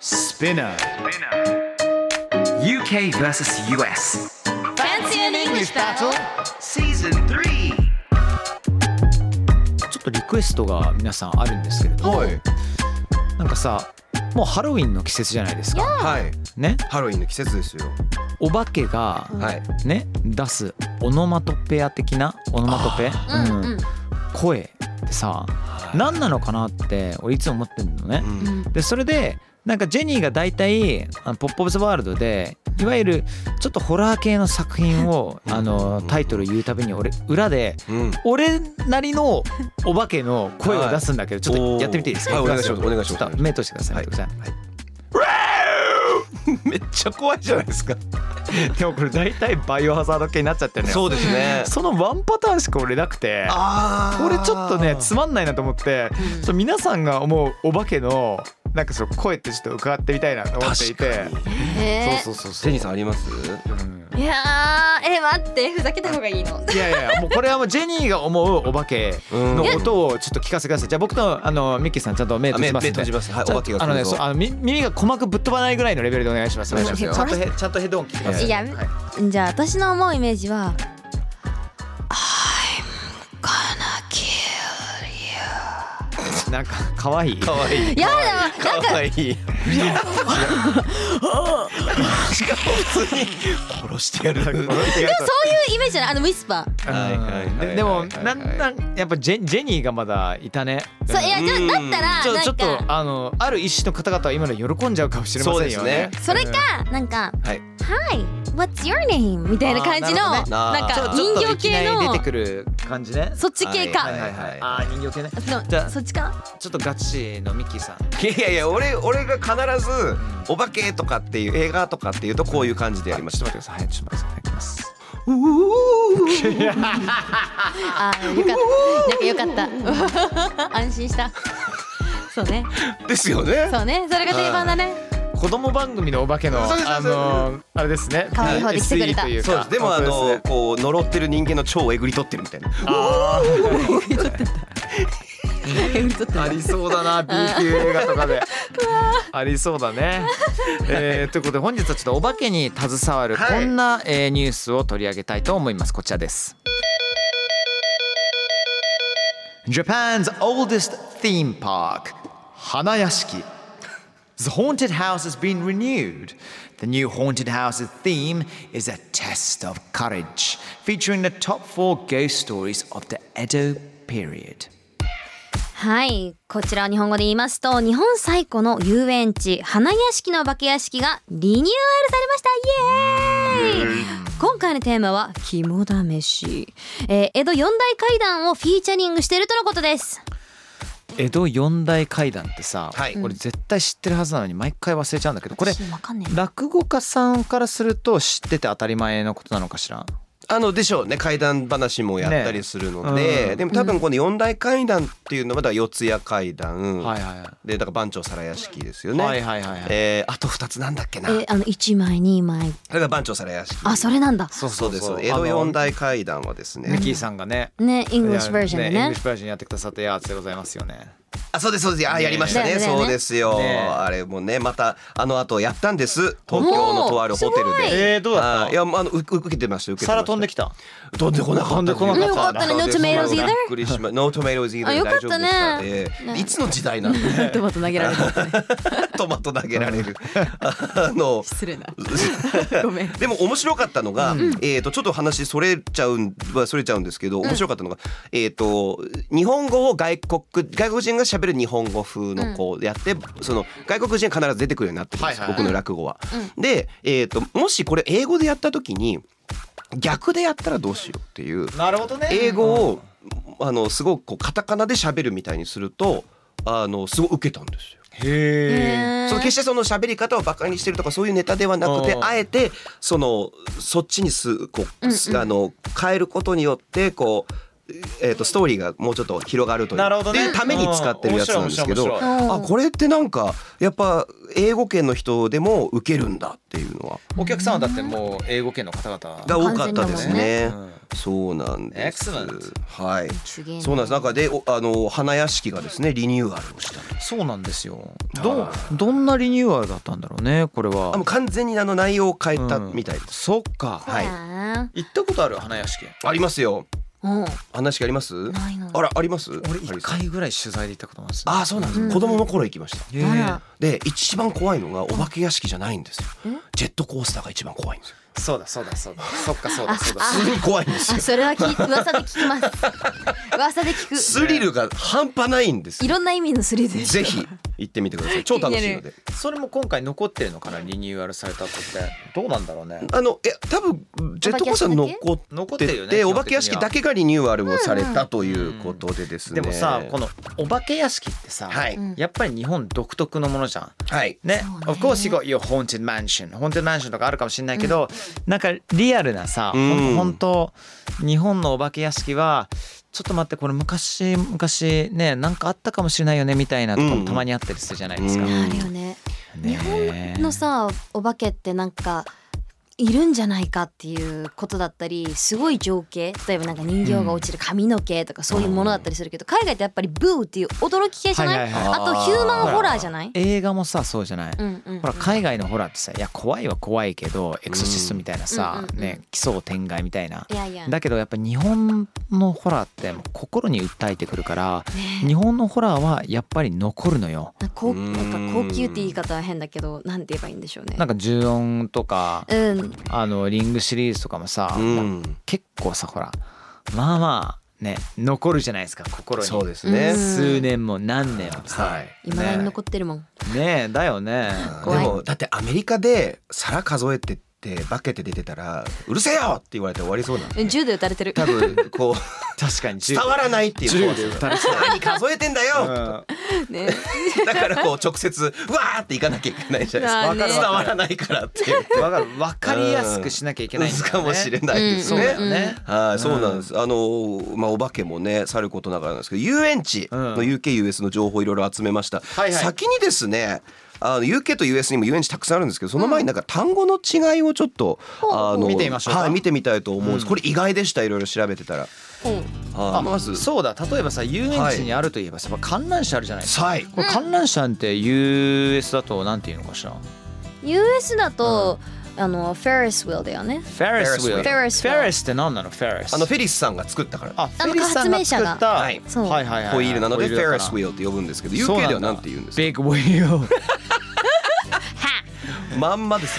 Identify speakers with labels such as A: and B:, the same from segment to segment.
A: Spinner.
B: UK versus US.
C: Fancy an English battle
B: Season 3.
A: ちょっとリクエストが皆さんあるんですけれども、
D: はい、
A: なんかさもうハロウィンの季節じゃないですか。
D: はい、
A: ね、
D: ハロウィンの季節ですよ。
A: お化けが、
D: はい、
A: ね、出すオノマトペア的なオノマトペ、うん声ってさ何なのかなって俺いつも思ってるのね。
D: うん、
A: でそれでなんかジェニーが大体あの「ポップ・オブ・ザ・ワールド」でいわゆるちょっとホラー系の作品をあのタイトル言うたびに俺裏で
D: うん、
A: 俺なりのお化けの声を出すんだけどちょっとやってみていいですか
D: はいお願いしますお願いします
A: ちょっと目閉じてください目閉じてください
D: めっちゃ怖いじゃないですか。
A: でもこれ大体バイオハザード系になっちゃってるね
D: そうですね。
A: そのワンパターンしか俺なくて
D: あ
A: 俺ちょっとねつまんないなと思って、そう皆さんが思うお化けのなんかその声ってちょっと伺ってみたいなと思っていて
D: 確か
E: え
A: そうそうそう
D: テニスあります？
A: うん
E: ー、いやーえ待ってふざけた方がいいの
A: いやいやいやもうこれはもうジェニーが思うお化け
D: うん
A: の音をちょっと聞かせてくださいじゃあ僕とあのミッキーさんちゃんと目
D: あ
A: 閉
D: 目
A: じ
D: 目
A: ますんで
D: 閉じます。はい、
A: ち
D: お
A: ょ
D: 化けが
A: あ
D: 来
A: の
D: る
A: ねそう
D: ぞ。
A: あのみ耳が鼓膜ぶっ飛ばないぐらいのレベルでお願いします
D: お願いしますよ
A: ちゃんとヘちゃんとヘッドホン聞きます
E: いや
A: はい
E: じゃあ私の思うイメージは I'm gonna kill
A: なんか可愛い
D: 可愛い
E: やだ
D: 可愛いい。しかも普通に殺してやるだけ。
E: そういうイメージじゃないあのウィスパー
D: はいはいはいはい
A: ででもなんなんやっぱジェジェニーがまだいたね
E: そういやじ
D: うん
E: ゃだったら
A: ちょ
E: なんか
A: ちょっとあのある一種の方々は今の喜んじゃうかもしれま
D: そうで
A: せん
D: す
A: よ
D: ね
A: ね。
E: それかなんか「
D: はい
E: Hi what's your name?」みたいな感じの
A: あーなるほど
E: なん
A: ね
D: あー
E: か
A: ちょっと
E: 人形系
A: いきなり出
E: の
A: てくる感じね
E: そっち系
D: はいは
E: か
D: いはい
A: あー人形系ね
E: そ
A: じゃあ
E: そっちかな
A: ちょっとガチのミッキーさん
D: いやいやいや俺俺が必ずお化けとかっていう映画とかっていうとこういう感じでやりました。
A: ちょっと待ってくださいはいちょっと待ってください
E: あーよかったなんかよかった 安心したそうね
D: ですよね。
E: そうねそれが定番だね
A: 子供番組のお化けの
D: そうです
A: あのーあれですね
E: 可愛い方で来てくれた
A: SE というか
D: そうですでもあ
A: そうです
D: の
A: ね
D: こう呪ってる人間の腸をえぐり取ってるみたいな
A: あ
E: う
A: ー
E: んちょっと
A: ありそうだな B 級映画とかでありそうだね、えーということで本日はちょっとお化けに携わるこんな、えーニュースを取り上げたいと思いますこちらです Japan's oldest theme park 花屋敷 The haunted house has been renewed. The new haunted house's theme is a test of courage, featuring the top four ghost stories of the Edo period.
E: はいこちらを日本語で言いますと日本最古の遊園地花屋敷のお化け屋敷がリニューアルされましたイエーイ今回のテーマは肝試し、えー江戸四大階段をフィーチャリングしているとのことです
A: 江戸四大怪談ってさ、
D: はい
A: 俺絶対知ってるはずなのに毎回忘れちゃうんだけどこれ
E: 私わかんねえ
A: 落語家さんからすると知ってて当たり前のことなのかしら
D: あのでしょうね怪談話もやったりするので、
A: ねうん
D: でも多分この四大怪談っていうのはだから四谷怪談、
A: はいはいはい
D: でだから番長皿屋敷ですよね、
A: はいはいはいはい
D: えーあと二つなんだっけな、
E: えーあの一枚二枚
D: それが番長皿屋敷
E: あそれなんだ
A: そう
D: そうです江戸四大怪談はです
A: ミ
D: ね
A: キーさんがね
E: ねイングリッシュバージョンで
A: イング
E: ね
A: リッシュバージョンやってくださったやつでございますよね
D: あそうですそうですあやりましたね
E: ねだよね
D: そうですよ、
A: ね
D: あれもねまたあの後やったんです東京のとあるホテル
E: おーすご
D: で
E: い
A: えーどうだった
D: あいやまああのう受けてました受けてました
A: 皿飛んできた
D: 飛んでこなかった
A: 飛んでこなかった
E: うんよかったね No tomatoes either？
D: びっくりしま No tomatoes either
E: あよかったね
D: 大丈夫でしたええいつの時代なの
E: トマト投げられたね
D: トマト投げられるあの
E: 失礼なごめん
D: でも面白かったのが、えー、とちょっと話それちゃうんはそれちゃうんですけど面白かったのが、えー、と日本語を外国外国人が喋る日本語風のこうやって、その外国人が必ず出てくるようになってるんです、
A: はいはいはい
D: 僕の落語は。で、えー、ともしこれ英語でやった時に逆でやったらどうしようっていう。
A: なるほどね
D: 英語をあのすごくこうカタカナで喋るみたいにするとあのすごい受けたんですよ。
A: へえ。
D: その決してその喋り方をバカにしてるとかそういうネタではなくて
A: あー
D: あえてそのそっちにすこう、すあの変えることによってこう。えー、とストーリーがもうちょっと広がるという
A: なるほどね
D: っていうために使ってるやつなんですけ
A: うん面
D: ど
A: 白
E: い面白い
D: あこれってなんかやっぱ英語圏の人でも受けるんだっていうのは
A: お客さんはだってもう英語圏の方々。
D: が多かったですね
A: 完全だもんね。
D: そうなんです。
A: Excellent
D: はい。
E: すげえな
D: そうなんです。中でおあの花屋敷がですねリニューアルをしたと。
A: そうなんですよ。どどんなリニューアルだったんだろうねこれは。
D: あもう完全にあの内容を変えたみたいです。
A: そっか。
D: はい
E: あ
A: 行ったことある花屋敷。
D: ありますよ。
E: ーうん
D: 話があります？
E: ないな
D: あらあります？
A: 俺
D: ハリ
A: 一
D: ーさん。
A: 回ぐらい取材で行ったことなんです、ね。
D: あそうなんです、
E: うん
D: 子供の頃行きました。
A: へえ
E: あら
D: で一番怖いのがお化け屋敷じゃないんですよ
E: ん。
D: ジェットコースターが一番怖いんですよ。
A: そうだそう だそうだ。そっかそうだそうだ。
D: 普通に怖いんです
E: あ
D: よ。
E: それは聞い噂で聞きます 噂で聞く
D: スリルが半端ないんです
E: い
D: よ。
E: ろんな意味のスリルです
D: ぜひ行ってみてください。超楽しいので。
A: それも今回残ってるのかなリニューアルされたことってどうなんだろうね。
D: あのいや多分ジェットコースター残っ
A: 残って
D: て
A: るよ
D: て
A: ね。
D: お化け屋敷だけがリニューアルをされ
E: うんう
D: たということでですね。
A: でもさこのお化け屋敷ってさ、
D: はい
E: うん
A: やっぱり日本独特のものじゃん。
D: はい
A: ね
E: そうね
A: of course you got your haunted mansion haunted mansion とかあるかもしれないけど、なんかリアルなさ、
D: うん
A: ほん、本当日本のお化け屋敷はちょっと待ってこれ昔昔ねなんかあったかもしれないよねみたいなとか
D: うん
A: もたまにあったりするじゃないですか。
D: うん
E: あるよね
A: ねえ
E: のさお化けってなんかいるんじゃないかっていうことだったりすごい情景例えばなんか人形が落ちる髪の毛とかそういうものだったりするけど海外ってやっぱりブーっていう驚き系じゃない,、
A: はいはい
D: はい
E: あとヒューマンホラーじゃない
A: 映画もさそうじゃない、
E: うんうんうん
A: ほら海外のホラーってさいや怖いは怖いけどエクソシストみたいなさ、
E: うんうんうん
A: ね奇想天外みたいない
E: やいや
A: だけどやっぱ日本のホラーってもう心に訴えてくるから
E: ね
A: 日本のホラーはやっぱり残るのよ
E: なんか高なんか高級って言い方は変だけどなんて言えばいいんでしょうね
A: なんか重音とか
E: うん
A: あのリングシリーズとかもさ、
D: うん
A: 結構さほらまあまあね残るじゃないですか心に
D: そうですね。
E: うん
A: 数年も何年もさ、
D: はい。
E: いまだに残ってるもん、
A: ねえだよね
D: で
E: 怖い
D: もだってアメリカで皿数えてってバケて出てたらうるせえよって言われて終わりそうなんです、ね。
E: 銃で撃たれてる
D: 多分こう
A: 確かに 銃
D: 伝わらないっていう怖さ
A: 銃で撃た
D: が
A: れて
D: 何数えてんだよ。
A: うん
E: ね
D: だからこう直接わーって行かなきゃいけないじゃないですか。伝わらないからって言って
A: わかる分かりやすくしなきゃいけない んだよね
D: かもしれないです
A: そう
D: ね。
A: だよね、
D: はい、そうなんです。あのーまあお化けもねさることながらなんですけど、遊園地の
A: うん
D: UKUS の情報をいろいろ集めました。
A: いはい
D: 先にですね。あの UK と US にも遊園地たくさんあるんですけどその前になんか単語の違いをちょっと、あの
A: 見てみましょうか
D: はい見てみたいと思うんです、
A: うん
D: これ意外でしたいろいろ調べてたら、あ
A: あ
D: まず
A: そうだ例えばさ遊園地にあるといえばさ、やっぱ観覧車あるじゃないですか
D: はい
A: これ観覧車って US だとなんていうのかしら、
E: US だと、あのフェリスウィルだよね
A: フェリス
D: Ferris
A: ウィ
D: wheel
A: ル
E: Ferris wheel
A: って何なのフェリス
D: あのフェリスさんが作ったから
A: あフェリスさんが作った
D: あの発明
E: 者が
A: はいはいはいはい
D: ホイールなのでフェリスウ
A: ル
D: ィルって呼ぶんですけど
A: そう
D: UK
A: だ
D: ではなんて言うんですか
A: ビッグウィール
D: まんまです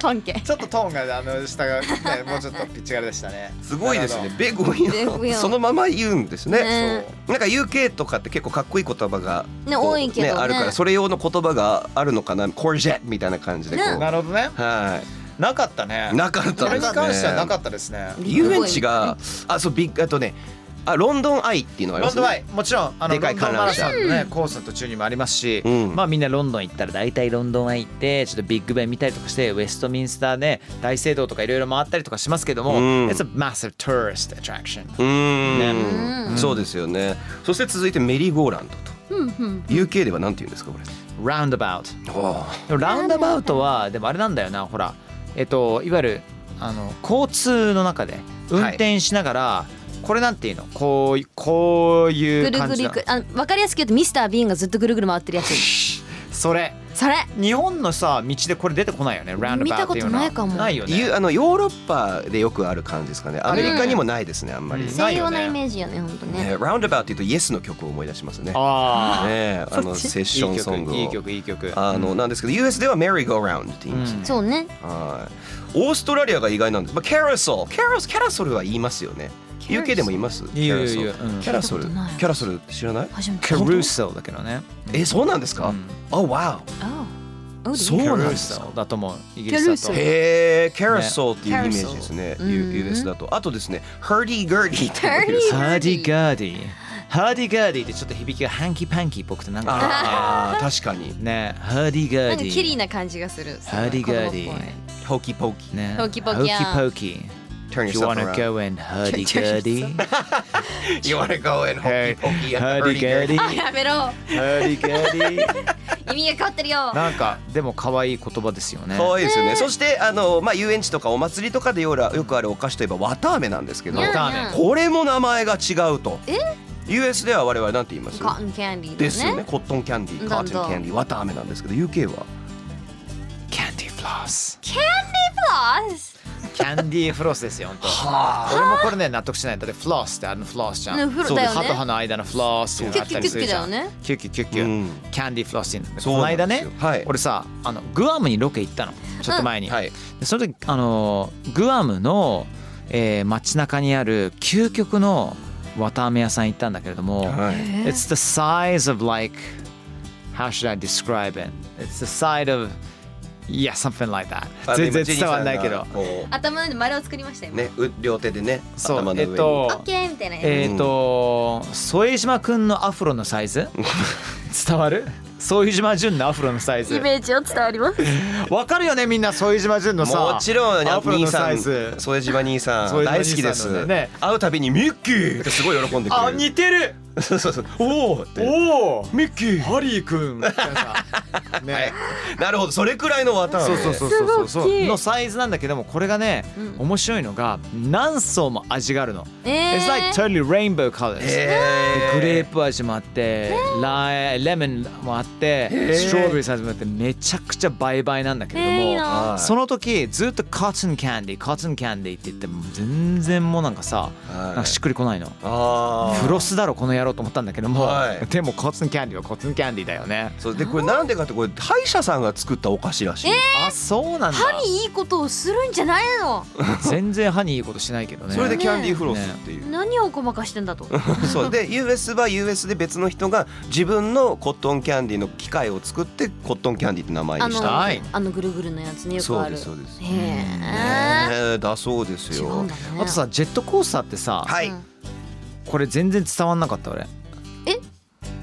E: 関係
A: ちょっとトーンがあの下が、ね、もうちょっとピッチがあれでしたね
D: すごいですね
A: なるほど
D: ベゴイ
E: ベゴイ
D: を
E: を
D: そのまま言うんですね
E: ね
D: なんか UK とかって結構かっこいい言葉が
E: ね
D: こう
E: 多いけどね
D: あるからそれ用の言葉があるのかなコージェットみたいな感じでこう、
A: なるほどね
D: は
A: なかったね
D: いなかった
A: それ
D: で
A: に
D: す
A: 関してはな
D: ね
A: かったですね
D: 遊園地があそうビッグあとねあロンドンアイっていうのがあり
A: ロ
D: ま
A: ン
D: すね
A: ドンはもちろんあの
D: でか
A: ロ
D: い
A: ンド
D: 観
A: ン
D: 覧
A: マラ
D: 車
A: ソンのねコースの途中にもありますし、
D: うん
A: まあみんなロンドン行ったら大体ロンドンへ行ってちょっとビッグベン見たりとかしてウェストミンスターね大聖堂とかいろいろ回ったりとかしますけども、
D: うん
A: It's a massive tourist attraction
D: うーん
E: ね
D: そうですよねそして続いてメリーゴーランドと、UK ではなんて言うんですかこれ
A: roundabout
D: あ
A: でもラウンドバウトはでもあれなんだよなほらえっといわゆるあの交通の中で運転しながら、これなんていうのこういこうい
E: ぐ
A: う
E: る
A: 感
E: ぐ
A: じ
E: る
A: だ
E: くあわかりやすく言うとミスター・ビーンがずっとぐるぐる回ってるやつ
A: それ
E: それ
A: 日本のさ道でこれ出てこないよねラウンド
E: 見
A: バ
E: た
A: ウト
E: こ
A: ってい
E: と
A: うのは
E: ないかも
A: ないよね
D: ゆあのヨーロッパでよくある感じですかねアメリカにもないですねあんまり、
A: うん
D: ね
E: 西洋なイメージよね本当ね
D: ラウンドバウトっていうとイエスの曲を思い出しますね
A: ああ
D: ねあの
A: そっち
D: セッションソングを
A: いい曲いい曲いい曲
D: あの、なんですけど US ではメリーゴーラウンドって言います、
A: うん
E: そうね
D: はいオーストラリアが意外なんです、まあ、キャラソルキャラソルキャラソルは言いますよね UK でも言います
A: 言う言う
D: キャラソル
A: うん
D: キャラソルキャラソルっ
E: 聞いたことない
D: て知らない
E: 初めて
A: カルーソーだけどね
D: えそうなんですか、
A: うん
D: あわ
E: ああ
D: そう
A: カ
D: な
A: ル
D: んだ
A: ーソーだと思うイギリスだ
D: お
A: と
E: カル
D: へえキャラソルっていうイメージですね
E: うん
D: U- US だとあとですねハーディーガーディーって
E: ハーディ
D: いう
E: ー
A: ハーディガーディハーディガーディってちょっと響きがハンキーパンキーっぽくてなんか
D: ああ確かに
A: ねハーディガ
E: な
A: ー
E: ん
A: デ
E: か
A: ィ
E: キリーな感じがする
A: ハーディガーデ
E: 子供っぽい
A: ィ
D: ホーキーポーキー
A: ね
E: ポキポキや
A: Hokey pokey
D: Turn
A: You
D: yourself
A: wanna
D: around.
A: go and hurdy gurdy?
D: You wanna go and hokey pokey and
A: hurdy
D: hurdy-gurdy.
A: gurdy?
E: あやめろ
A: hurdy gurdy?
E: 意味が変わってるよ
A: なんかでも可愛い言葉ですよね。
D: 可愛いですよね。そしてあのまあ遊園地とかお祭りとかでよらよくあるお菓子といえばわたあめなんですけど
A: に、ゃん
E: にゃん
D: これも名前が違うと。U.S. では我々なんて言います
E: コ？ットンキャンディーだ
D: ですよね。
E: ね
D: コットンキャンディー、カ
E: ど
D: ー
E: んど
D: テ
E: ん
D: ンキャンディー、わたあめなんですけど、U.K. は
A: Candy floss。
E: プラス
A: キャンディーフロスですよ、本当。俺もこれね、納得しない。だってフロスってあのフロスじゃ
E: ね
A: ん。
E: フロ
A: そうで
E: だ
A: す
E: よね
A: 歯と歯の間のフロスっていうのがあったりするじゃん。
E: キュッキュッキュッキュだよね
A: キュッキュッキュッキュ
D: うん
A: キャンディーフロスって言うんだけど
D: そう
A: この
D: なんですよ
A: 間ね、
D: はい
A: 俺さ、あのグアムにロケ行ったの。ちょっと前に。
D: はい。
A: でその時あのーグアムの、えー、街中にある究極の綿あめ屋さん行ったんだけれども、
D: はい。
A: It's the size of like how should I describe it? It's the size of yeah something like that. 全然伝わんないけど。
D: こ
E: 頭で丸を作りました
D: う
E: 今
D: ね、う両手でね、
A: そう
D: 頭の上に。
A: えっ
E: オ
A: と
E: ッケーみたいなや
A: えっ、と添島くんのアフロのサ イズ伝わる？添島純のアフロのサイ
E: つイ
A: ズ。
E: メージを伝わります
A: わかるよねみんな添島純のさ。
D: もちろん
A: ア
D: あ
A: フロの
D: 兄さ
A: サイ
D: ん、
A: ズ。
D: 添島兄さ
A: 添
D: ん
A: 島
D: 大
A: 兄さんのね
D: 好きです。
A: ね
D: 会うたびにミッキーってすごい喜んでくれる。
A: あ似てる。
D: そうそうそう。
A: おおおお。
D: ミッキー。
A: ハリーく んみたいなね。
D: なるほど、それくらいのわたあ
A: そ
D: め。
A: うそうそうそう
E: す
A: そ
E: ごいう大きい
A: のサイズなんだけどもこれがね、
E: うん
A: 面白いのが何層も味があるの。
E: え
A: It's like
E: ー
A: totally rainbow colors、
D: えー
A: グレープ味もあって、ライレモンもあって、ストロベリーサイズもあってめちゃくちゃ倍々なんだけれども、
E: えーいいな
D: はい
A: その時ずっとコットンキャンディーコットンキャンディーって言っても全然もうなんかさ、
D: はい
A: なんかしっくりこないの。
D: あー
A: フロスだろこの野郎と思ったんだけども、
D: はい
A: でもコットンキャンディーはコットンキャンディーだよね。
D: そうでこれなんでかってこれ歯医者さんが作ったお菓子らしい、
A: あそうなんだ
E: 歯にいいことをするんじゃないの
A: 全然歯にいいことしないけどね
D: それでキャンディーフロスっていう、
E: 何をごまかしてんだと
D: そうで US は US で別の人が自分のコットンキャンディーの機械を作ってコットンキャンディーって名前
E: あ
D: に
E: の
D: し
A: は
D: た
A: い
E: あのぐるぐるのやつによく
D: そう
E: ある
D: ですそうです、
E: へえ
D: えー、だそうです
E: 違う
D: よ
E: んだね
A: あとさジェットコースターってさ、
D: はい、
E: うん
A: これ全然伝わんなかった俺
E: え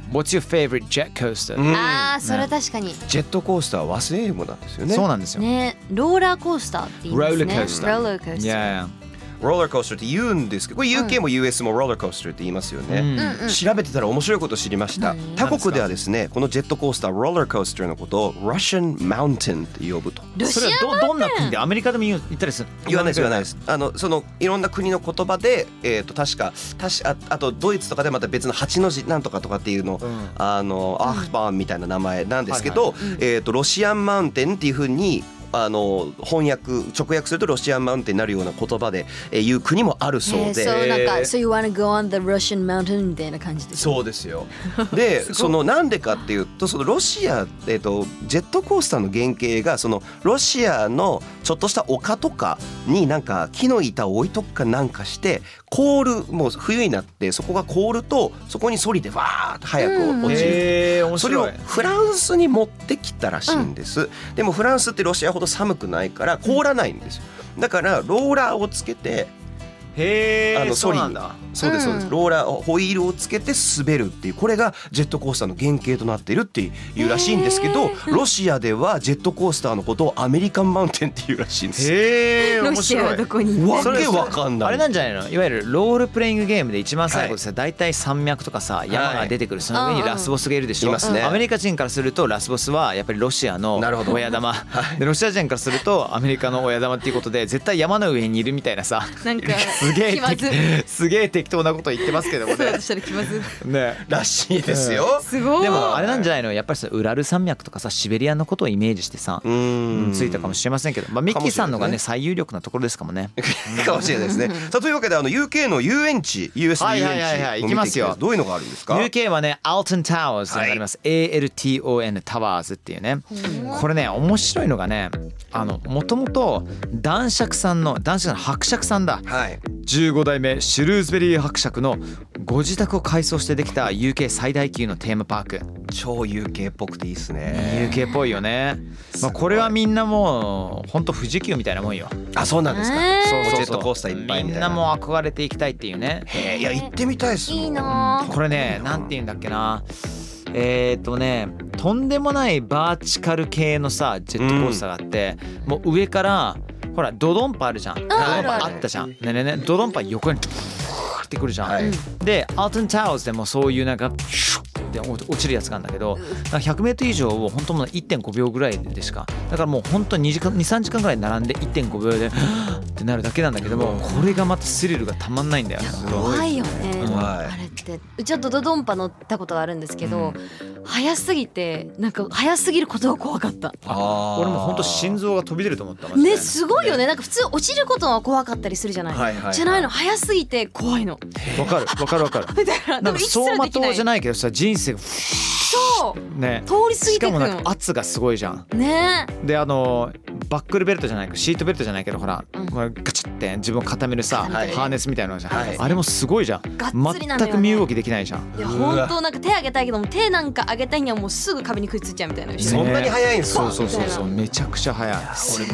A: What's your favorite jet coaster?、
D: うん
E: あーそれは確かに
D: ジェットコースターは忘れ英語なんですよね
A: そうなんですよ、
E: ねローラーコースターって言いますね
A: ローラーコースタ
E: ローラーコースタ
A: い
E: ー
A: や
D: ローラーコースターって言うんですけどこれ UK も US もローラーコースターって言いますよ
A: いや、
D: ね、
A: うん
D: 調べてたら面白いこと知りました他国ではですねこのジェットコースターローラーコースターのことを Russian Mountain って呼ぶと
E: ロシ
A: それはどどんな国でアメリカでも言う言ったりする
D: 言わないです言わないですあのそのいろんな国の言葉で、えー、と確かたしああとドイツとかでまた別の8の字なんとかとかっていうの,、
A: ん
D: あのアーバーンみたいな名前なんですけど、えー、とロシアンマウンテンっていうふうにあの翻訳直訳するとロシアンマウンテンになるような言葉で、えー言う国もあるそうで。
E: そうなんか「So you wanna go on the Russian mountain」みたいな感じで
D: そうです よでそのなんでかっていうとそのロシア、えっとジェットコースターの原型がそのロシアのちょっとした丘とかになんか木の板を置いとくかなんかして凍るもう冬になってそこが凍るとそこにソリでわーって早く落ちる。
A: えー、面
D: それを
A: 白い
D: フランスに持ってきたらしいんです、でもフランスってロシアほど寒くないから凍らないんですよだからローラーをつけて
A: へ
D: あ
A: え
D: の
A: そ
D: ソ
A: う
D: リ
A: なんだ
D: そうですそうです、
E: うん
D: ローラーホイールをつけて滑るっていうこれがジェットコースターの原型となっているっていうらしいんですけど、ロシアではジェットコースターのことをアメリカンマウンテンっていうらしいんですよ。
A: へえ
E: ロ
A: 面
E: シア
A: 白
E: はいどこに
D: わけわかんない。
A: あれなんじゃないのいわゆるロールプレイングゲームで一番最後でさ、大体山脈とかさ山が出てくるその上にラスボスがいるでしょ、
D: いますね
A: アメリカ人からするとラスボスはやっぱりロシアの
D: なるほど
A: 親玉でロシア人からするとアメリカの親玉っていうことで絶対山の上にいるみたいなさ
E: なんか
A: すげ
E: 気まず
A: え すげえ適当なこと言ってますけども
E: そうだ
A: ね
E: としたら気まずい
A: ね
D: らしいですよ。
E: すごい
A: でもあれなんじゃないのやっぱりさウラル山脈とかさシベリアのことをイメージしてさ、
D: うーん
A: ついたかもしれませんけど、まあ、ミッキーさんのがね最有力なところ ですかもね。
D: かもしれない ですね。さあというわけであの UK の遊園地 US の
A: はい
D: 遊
A: はいはいはい
D: 園地を
A: 行き
D: 見
A: ま
D: てい
A: す
D: き
A: よ
D: ます。どういうのがあるんですか？
A: UK はね Alton Towers っていうのがあります、ALTON タワーズっていうねこれね面白いのがねあのもともと男爵さんの男爵さんの伯爵さんだ
D: はい。
A: 15代目シュルーズベリー伯爵のご自宅を改装してできた UK 最大級のテーマパーク
D: 超 UK っぽくていいっすね。
A: UK っぽいよね、まあ、これはみんなもうほんと富士急みたいなもんよ
D: あそうなんですか。
E: えー
D: ジェットコースターいっぱい
A: み
D: み
A: ん
D: たい
A: な
D: な。
A: もう憧れていきたいっていうね
D: へえいや行ってみたいっすもん。
E: いいなあ
A: これねなんて言うんだっけなえーっ、とねとんでもないバーチカル系のさジェットコースターがあって、もう上からほらドドンパあるじゃん、ドドン
E: ある
A: パあったじゃんねえねえねえドドンパ横にプーってくるじゃん、
D: はい
A: でアートンタワーズでもそういうなんかプシュッって落ちるやつがあるんだけどなんか 100m 以上を本当もう1.5秒ぐらいでしかだからもう本当に2時間23時間ぐらい並んで1.5秒でってなるだけなんだけどもこれがまたスリルがたまんないんだよね
E: 怖いよね
D: 怖い
E: あれってうちはドドドンパ乗ったことあるんですけど、早すぎてなんか早すぎることが怖かった
D: あー
A: 俺も本当心臓が飛び出ると思ったマジで
E: ねすごいよねなんか普通落ちることは怖かったりするじゃない,、
D: はいはいはい
E: じゃないの早すぎて怖いの
A: わかるわかるわかる
E: みたいな
A: な
E: で
A: ん
E: も
A: か
E: 息すら
A: 走馬
E: できな
A: 灯
E: い
A: じゃないけどさ人生がふ
E: そう
A: ね
E: 通り過ぎ
A: してか
E: く
A: も
E: の
A: なんか圧がすごいじゃん
E: ね
A: であのバックルベルトじゃないけどシートベルトじゃないけどほら、
E: うん
A: これガチャって自分を固めるさ、
D: はい
A: ハーネスみたいなのじゃん、
D: はい
A: あれもすごいじゃん
E: がっつりなのよね
A: 全く身動きできないじゃん
E: いや
D: うわ
E: 本当なんか手あげたいけども手なんかあげたいにはもうすぐ壁に食いついちゃうみたいな、
D: そんなに早いんすか
A: そうそうそうそう
E: み
A: めちゃくちゃ速い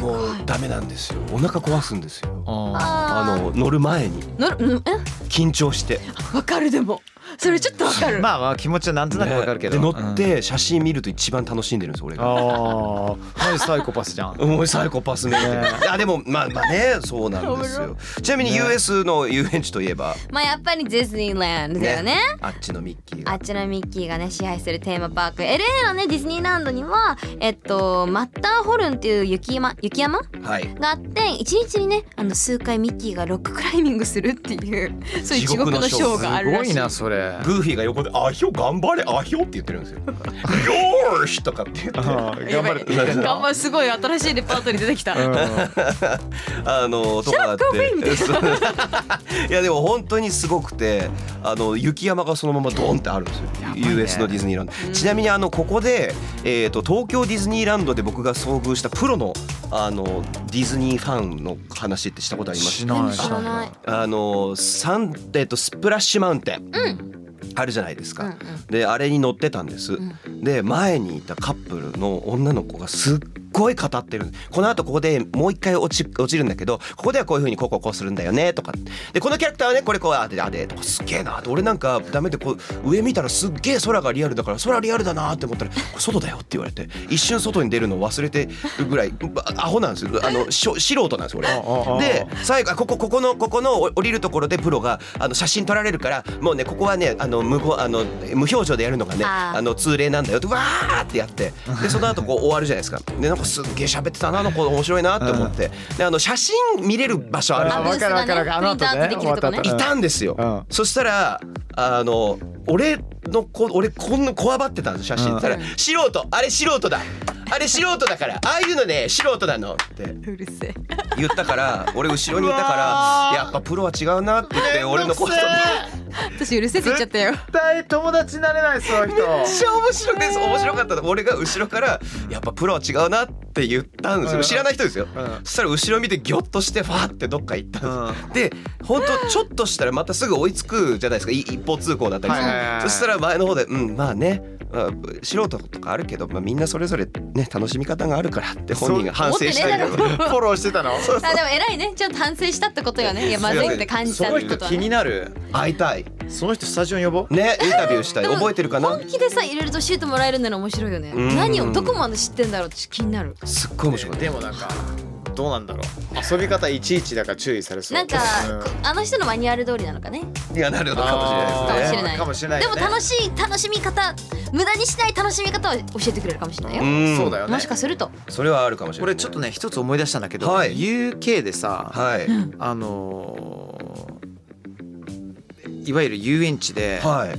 D: 俺もうダメなんですよ。お腹壊すんですよ。
A: あ
D: あ
E: あ
D: の乗る前に
E: ーのうんえ
D: 緊張して。
E: わかるでもそれちょっとわか
A: ー
E: る、
A: まあまあ気持ちはなんとなくわかるけど、
D: で乗って写真見ると一番楽しんでるんです俺
A: うん、
D: が。
A: ああマジサイコパスじゃん
D: もうサイコパスね。あでもまあまあねそうなんですよ。ちなみに US の遊園地といえば
E: まあやっぱりディズニーランドだよね
D: あっちのミッキー
E: あ
D: が
E: っちのミッキーがね支配するテーマパーク LA のねディズニーランドにはえっとマッターホルンっていう雪山雪山
D: はい。
E: があって一日にねあの数回ミッキーがロッククライミングするっていうそういう地獄のショーがあ
A: す
E: る
A: ご
E: らしい
A: いなそれ
D: グーフィーが横で「あひょ頑張れあひょ」って言ってるんですよ。よーしとかって言って。
A: あー頑張れ
D: やば い
E: 頑張るすごい新しいレパートリー出てきた、
D: あのとかあって。そう いやでも本当にすごくてあの雪山がそのままドーンってあるんですよ、
A: ばいね
D: US のディズニーランド、ちなみにあのここで、えー、と東京ディズニーランドで僕が遭遇したプロのあのディズニーファンの話ってしたことあります
A: しない
E: 知らない
D: あのサンえっとスプラッシュマウンテン、あるじゃないですか、
E: うんうん
D: であれに乗ってたんです、で前にいたカップルの女の子がすっごい語ってるこの後ここでもう一回落ち落ちるんだけどここではこういうふうにこうこうこうするんだよねとかでこのキャラクターはねこれこうあであでとかすっげえなって俺なんかダメでこう上見たらすっげえ空がリアルだから空リアルだなって思ったらこれ外だよって言われて一瞬外に出るのを忘れてるぐらいあアホなんですよあのしょ素人なんですよ俺
A: ああ
D: で最後あここここのここのお降りるところでプロがあの写真撮られるからもうねここはねあの無言あの無表情でやるのがね
E: あ
D: あ
E: ー
D: の通例なんだよってわーってやってでその後こう終わるじゃないですかでなんかすっげえ喋ってたなあの子面白いなって思ってであの写真見れる場所あるじゃ
E: あ
D: ん
E: ブースがね
A: わかるわかるあの後
E: プ
A: ね
E: リントアウトできるとこね
A: 終わった後
D: いたんですよ、
A: うん
D: そしたらあの俺のこ俺こんなこわばってたんです写真
A: うん
D: たら「素人あれ素人だあれ素人だからああいうのね素人なの」って
E: うるせえ
D: 言ったから俺後ろにいた
A: うわ
D: から
A: ー
D: やっぱプロは違うなって言って俺のことめっ
E: 私うるせえって言っちゃったよ
A: 絶対友達になれないそういう 人
D: ちゃ面白いです面白かったの俺が後ろからやっぱプロは違うなって言ったんです
A: う
D: よ
A: ん
D: 知らない人ですよ
A: うん
D: そしたら後ろ見てギョッとしてファーってどっか行ったんですでほんとちょっとしたらまたすぐ追いつくじゃないですかい一方通行だったりする
A: はいはいはい
D: そしたら前の方でうんまあねまあ素人とかあるけど、まあ、みんなそれぞれね楽しみ方があるからって本人が反省したけ
E: そう
D: ど
E: 思ってね
A: フォローしてたの
E: あでも偉いねちょっと反省したってことよねいやまずいって感じた
A: そ
E: っ
A: の
E: てこ
A: 人
E: とは
A: 気
E: ね
A: になる
D: 会いたい
A: その人スタジオに呼ぼう
D: ねインタビューしたい
E: でも
D: 覚えてるかな
E: 本気でさいろいろと教えてもらえるなら面白いよね
D: うん
E: 何をどこまで知ってんだろうって気になる
D: すっごい面白かった
A: でもなんかどうなんだろう遊び方いちいちだから注意されそう
E: なんかこあの人のマニュアル通りなのかね
D: いやなるほどかもしれないですね。
E: ない
A: かもしれない
E: で
A: よ
E: も
A: ね
E: 楽しい楽しみ方無駄にしない楽しみ方を教えてくれるかもしれないよ
D: うん
A: そうだよね
E: もしかすると
D: それはあるかもしれ
A: こ
D: な
A: れ
D: い。
A: ちょっとね一つ思い出したんだけど、
D: はい
A: UK でさ、
D: はい
A: あのーいわゆる遊園地で、
D: はい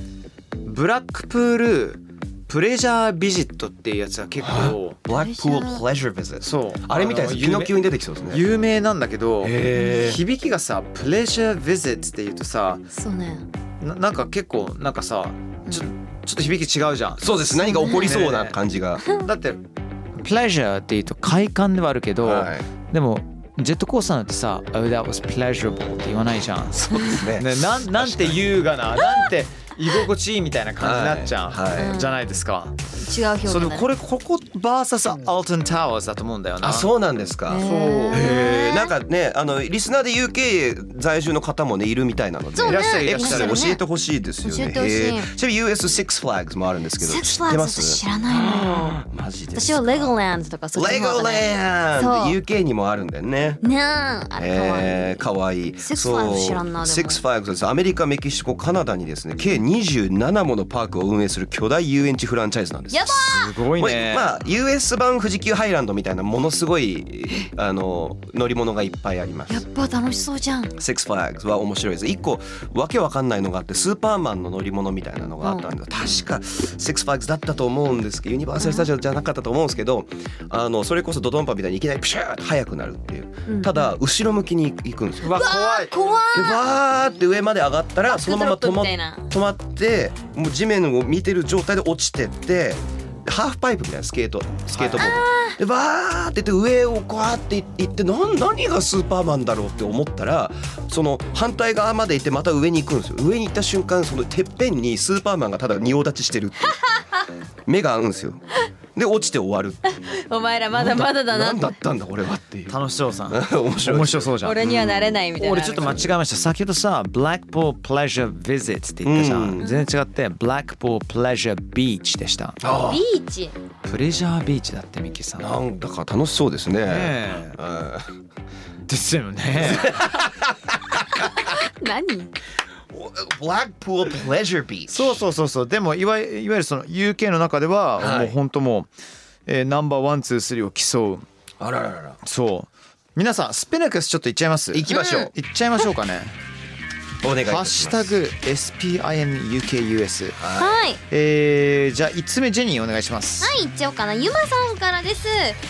A: ブラックプールプレジャービジットっていうやつが結構
D: ブラックプールプレジャービジット。
A: そう
D: あれみたいです。ピ
A: 有名
D: ノキオに出てきそうですね。
A: 有名なんだけど
D: へー
A: 響きがさ「プレジャービジット」って言うとさ
E: そうね
A: ななんか結構なんかさちょちょっと響き違うじゃん
D: そうです。何が起こりそうな感じが。
A: だって「プレジャー」って言うと快感ではあるけど、
D: は
A: でもジェットコースターなんてさ、Oh, that was pleasurable って言わないじゃん。
D: そうですね。
A: ね、なんなんて優雅 な、なんて居心地いいみたいな感じになっちゃう、
D: はい
A: じゃないですか。
E: 違う表現
A: そ
E: だ
A: れ
E: ね
A: でこれここ VS アルトンタワーズだと思うんだよな。
D: あ、そうなんですか。
E: ね
D: へえなんかねあのリスナーで UK 在住の方もねいるみたいなので
E: そう
A: い
E: ね
A: らっしゃるいらっしゃる
D: 教えてほしいですよね。
E: 教えてほしい
D: へえちなみに US Six Flags もあるんですけど、
E: セックス
D: 知
E: フ
D: っ
E: ラ
D: て
E: ッ
D: ま
E: グ
D: す？
E: 知らないのよ
D: マジで
E: 私
D: す
E: は
D: か。
E: レゴランドとかそっち
D: レ
E: の方
D: ゴ
E: だね
D: ランド
E: そう
D: UK にもあるんだよね。
E: ねえあれかわいい、
D: えー、かわいい。
E: Six Flags 知らんなでも
D: シックスファイブです。アメリカ、メキシコ、カナダにですね、計27ものパークを運営する巨大遊園地フランチャイズなんです。
E: やば
A: すごい
D: もう
A: ね。
D: まあ US 版富士急ハイランドみたいなものすごいあの乗り物がいっぱいありま
E: ーやっ
D: す。
E: ぱ楽しそうじゃん
D: セックスファイズは面白いです。一個わけわかんないのがあってスーパーマンの乗り物みたいなのがあったんで、確かセックスファイズだったと思うんですけどユニバーサル・スタジオじゃなかったと思うんですけどあのそれこそドドンパみたいにいきなりプシューって速くなるっていう、ただ後ろ向きに行くんですよ。
A: うわ怖い。
E: 怖い
D: でわーって上まで上がったらそのまま止ま
E: バックドロップみたいな
D: 止まってもう地面を見てる状態で落ちてってハーフパイプみたいなスケートスケートボード、でわーって言って上をこうやって行ってなん何がスーパーマンだろうって思ったらその反対側まで行ってまた上に行くんですよ上に行った瞬間そのてっぺんにスーパーマンがただ仁王立ちしてるっていう 目が合うんですよで落ちて終わるっていう
E: お前 らまだまだだな
D: 何だったんだこれはっていう
A: 楽しそうさん。
D: 面白い
A: 面白そうじゃん。
E: 俺にはなれないみたいな
A: 俺ちょっと間違えました先ほどさブラックポープレジャービジットって言ったじゃん、
D: うん
A: 全然違ってブラックポープレジャービーチでした
D: あー
E: ビーチ
A: プレジャービーチだってミキさんね
D: なんだか楽しそうですね
A: え
D: うん
A: ですよね
E: 何
B: Blackpool Pleasure Beach.
A: そうそうそうそうでもいわゆいわゆるその UK の中では、
D: はい
A: もう本当もう、えーナンバーワンツースリーを競う
D: あらららら。
A: そう皆さんスピナクスちょっと行っちゃいます
D: 行きましょう
A: 行っちゃいましょうか ね
D: お願いいたし
A: ハ
D: ま
A: ッシ
D: す。
A: ュタグ SPINUKUS
E: はい
A: えー、じゃあ5つ目ジェニーお願いします
E: はい、行っちゃおうかな。ゆまさんからです。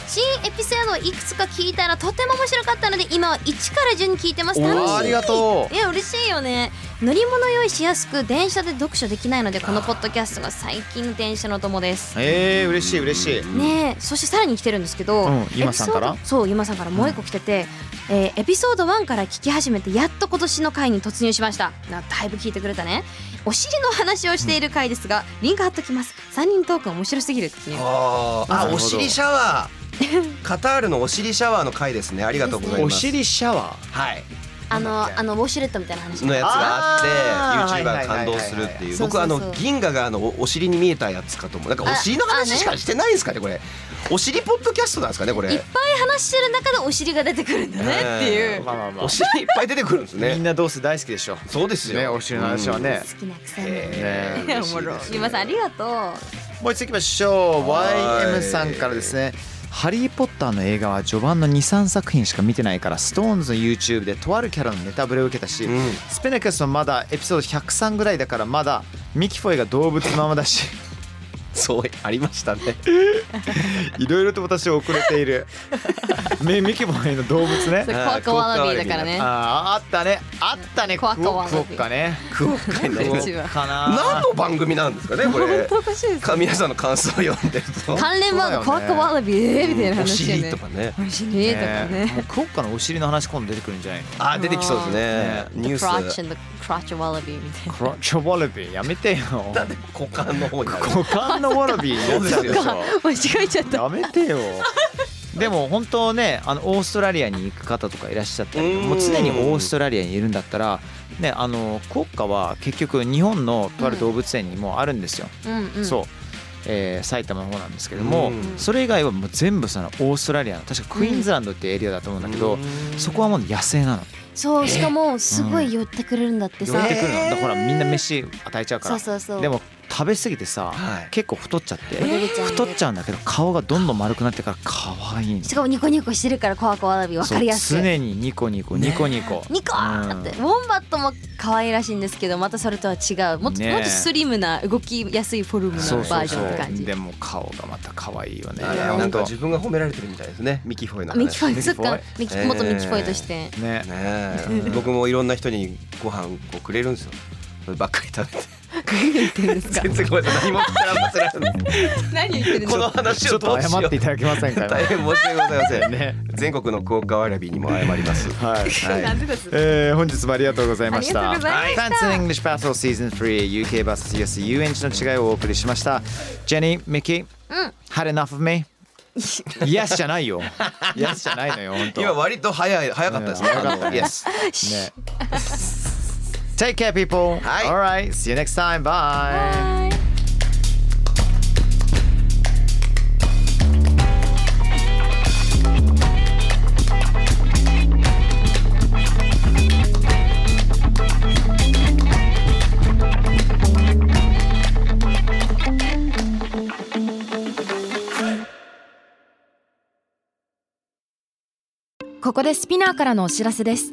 E: 新エピソードをいくつか聞いたらとても面白かったので、今は1から順に聞いてます。
A: おー
E: 楽しい。
A: ありがとう
E: いや、嬉しいよね。乗り物用意しやすく、電車で読書できないので、このポッドキャストが最近の電車の友です。
A: えー、嬉しい嬉しい
E: ねえ、そしてさらに来てるんですけど、
A: うんゆまさんから
E: エピソードそうゆまさんからもう一個来てて、えーエピソード1から聞き始めてやっと今年の回に突入しましたなだいぶ聞いてくれたねお尻の話をしている回ですが、リンク貼っときます3人トーク面白すぎるっていう
D: あー
A: なる
D: あ、
A: ほど
D: お尻シャワ ー。カタールのお尻シャワーの回ですね。ありがとうござい
A: お
D: ます。
A: 尻シャワー
D: はい。
E: あのあのウォシュレットみたいな話
D: のやつがあ
A: あ
D: っ
A: ー
D: て、YouTuber が感動するっていう。僕
E: は
D: あ
E: いはいはい
D: の
E: はいそうそうそう
D: 銀河があのおお尻に見えたやつかと思う。なんかお尻の話しかしてないんですかねこれ。お尻ポッドキャストなんですかねこ
E: いっ
D: れ。
E: ぱい話してる中でお尻が出てくるんだねっていう
A: まあまあま
D: お尻いっぱい出てくるんです
A: あみん
D: ね。
A: などうせ大好きでしょ
D: そうですよ。
A: ねお尻の話はね
E: 好、きな
D: う
E: 草
D: ん。
E: のね
D: えー
E: おもろいゆまさんありがと
A: もう一度いきましょう
D: は
A: YM
D: い
A: さんからですね「ハリー・ポッター」の映画は序盤の23作品しか見てないから SixTONES の YouTube でとあるキャラのネタブレを受けたし、
D: うん
A: スペネクスもまだエピソード103ぐらいだからまだミキフォイが動物のままだ し
D: そうありましたね。
A: いろいろと私は遅れてい るねミキフォイの動物
E: う
A: ね
D: あー
E: コアコワラビーだからね
A: あーあったねあったね
E: コアコア
A: クオッカね
D: クオッカになります
E: 一番
A: かな
D: 何の番組なんですかねこ れ。
E: おかしいです
D: 神谷さんの感想を読んでると。
E: 関連ワードコアコワラビーみたいな
D: お
E: 話よ
D: 尻
E: ね
D: とかね。
E: お尻とか
A: ねもう
E: ね
A: クオッカのお尻の話今度出てくるんじゃないの
D: あ出てきそうですね
A: あ。
D: ニュ
E: The crotch
D: ース。
E: and the crotch wallaby みたいな
A: クロッチョワラビーやめてよ
D: なんで股間の方にある。
A: 股間のワラビーになっちゃうでしょ
E: 間違えちゃった
A: やめてよでも本当ねあのオーストラリアに行く方とかいらっしゃったり
D: うん
A: もう常にオーストラリアにいるんだったらねあの国家は結局日本のとある動物園にもあるんですよ、
E: うんうん
A: そう、えー埼玉の方なんですけども、
D: うん
A: それ以外はもう全部そのオーストラリアの確かクイーンズランドっていうエリアだと思うんだけど、そこはもう野生なの
E: そうしかもすごい寄ってくれるんだって
A: 寄
E: さ
A: ってくるのだからほらみんな飯与えちゃうか
E: そ
A: ら
E: うそうそう
A: でも食べ過ぎてさ、
D: はい
A: 結構太っちゃって、
E: 戻れちゃうんだ
A: 太っちゃうんだけど顔がどんどん丸くなってから可愛いの
E: しかもニコニコしてるからコアコワラビーわかりやす
A: そう
E: い
A: 常にニコニコニコニコ、
E: ニコーって、ウォンバットも可愛らしいんですけどまたそれとは違うもっと,、
A: ねえ
E: もっとスリムな動きやすいフォルム
A: うん
E: の
A: そうそ
E: バー
A: う
E: ジ
A: そ
E: ョンって感
A: う
E: じ
A: でも顔がまた可愛いよね
D: あれ
E: や
D: なんか
A: ほ
D: 自分が褒められてるみたいですね。ミキフォイの
E: あ
D: 話。
E: ミキフォイ
A: ミキ
E: そっ
A: フォ
E: か
A: イ
E: ミキ
D: えー
E: 元ミキフォイとして
A: ね
D: ねえ。僕もいろんな人にご飯をくれるんですよ。そればっかり食べて。
E: 何言ってるんですか
D: 全然ごめんなさい何も絡ませられない
E: 何言ってるんで
D: こ
E: すか
D: の話
A: ちょ
D: を
A: っ
D: ど
A: と
D: うしよ
A: 謝っ
D: う
A: ていただけませんか
D: 大変申し訳ございません、
A: ね
D: 全国のクオッカワラビーにも謝ります
A: はい
D: はい
A: えー、本日もありがとうございました。
E: ありがとうございま
A: Fancy and English Battle Season 3 UK vs US 遊園地の違いをお送りしました。Jenny、Mickey、had enough of me? yes じゃないよ。Yes じゃないのよ、本当。
D: 今割と早い早かったですね
A: うん早かったね
D: Yes
A: ね。Take care, people.
D: はい
A: All right. See you next time. Bye.
C: Bye ここでスピナーからのお知らせです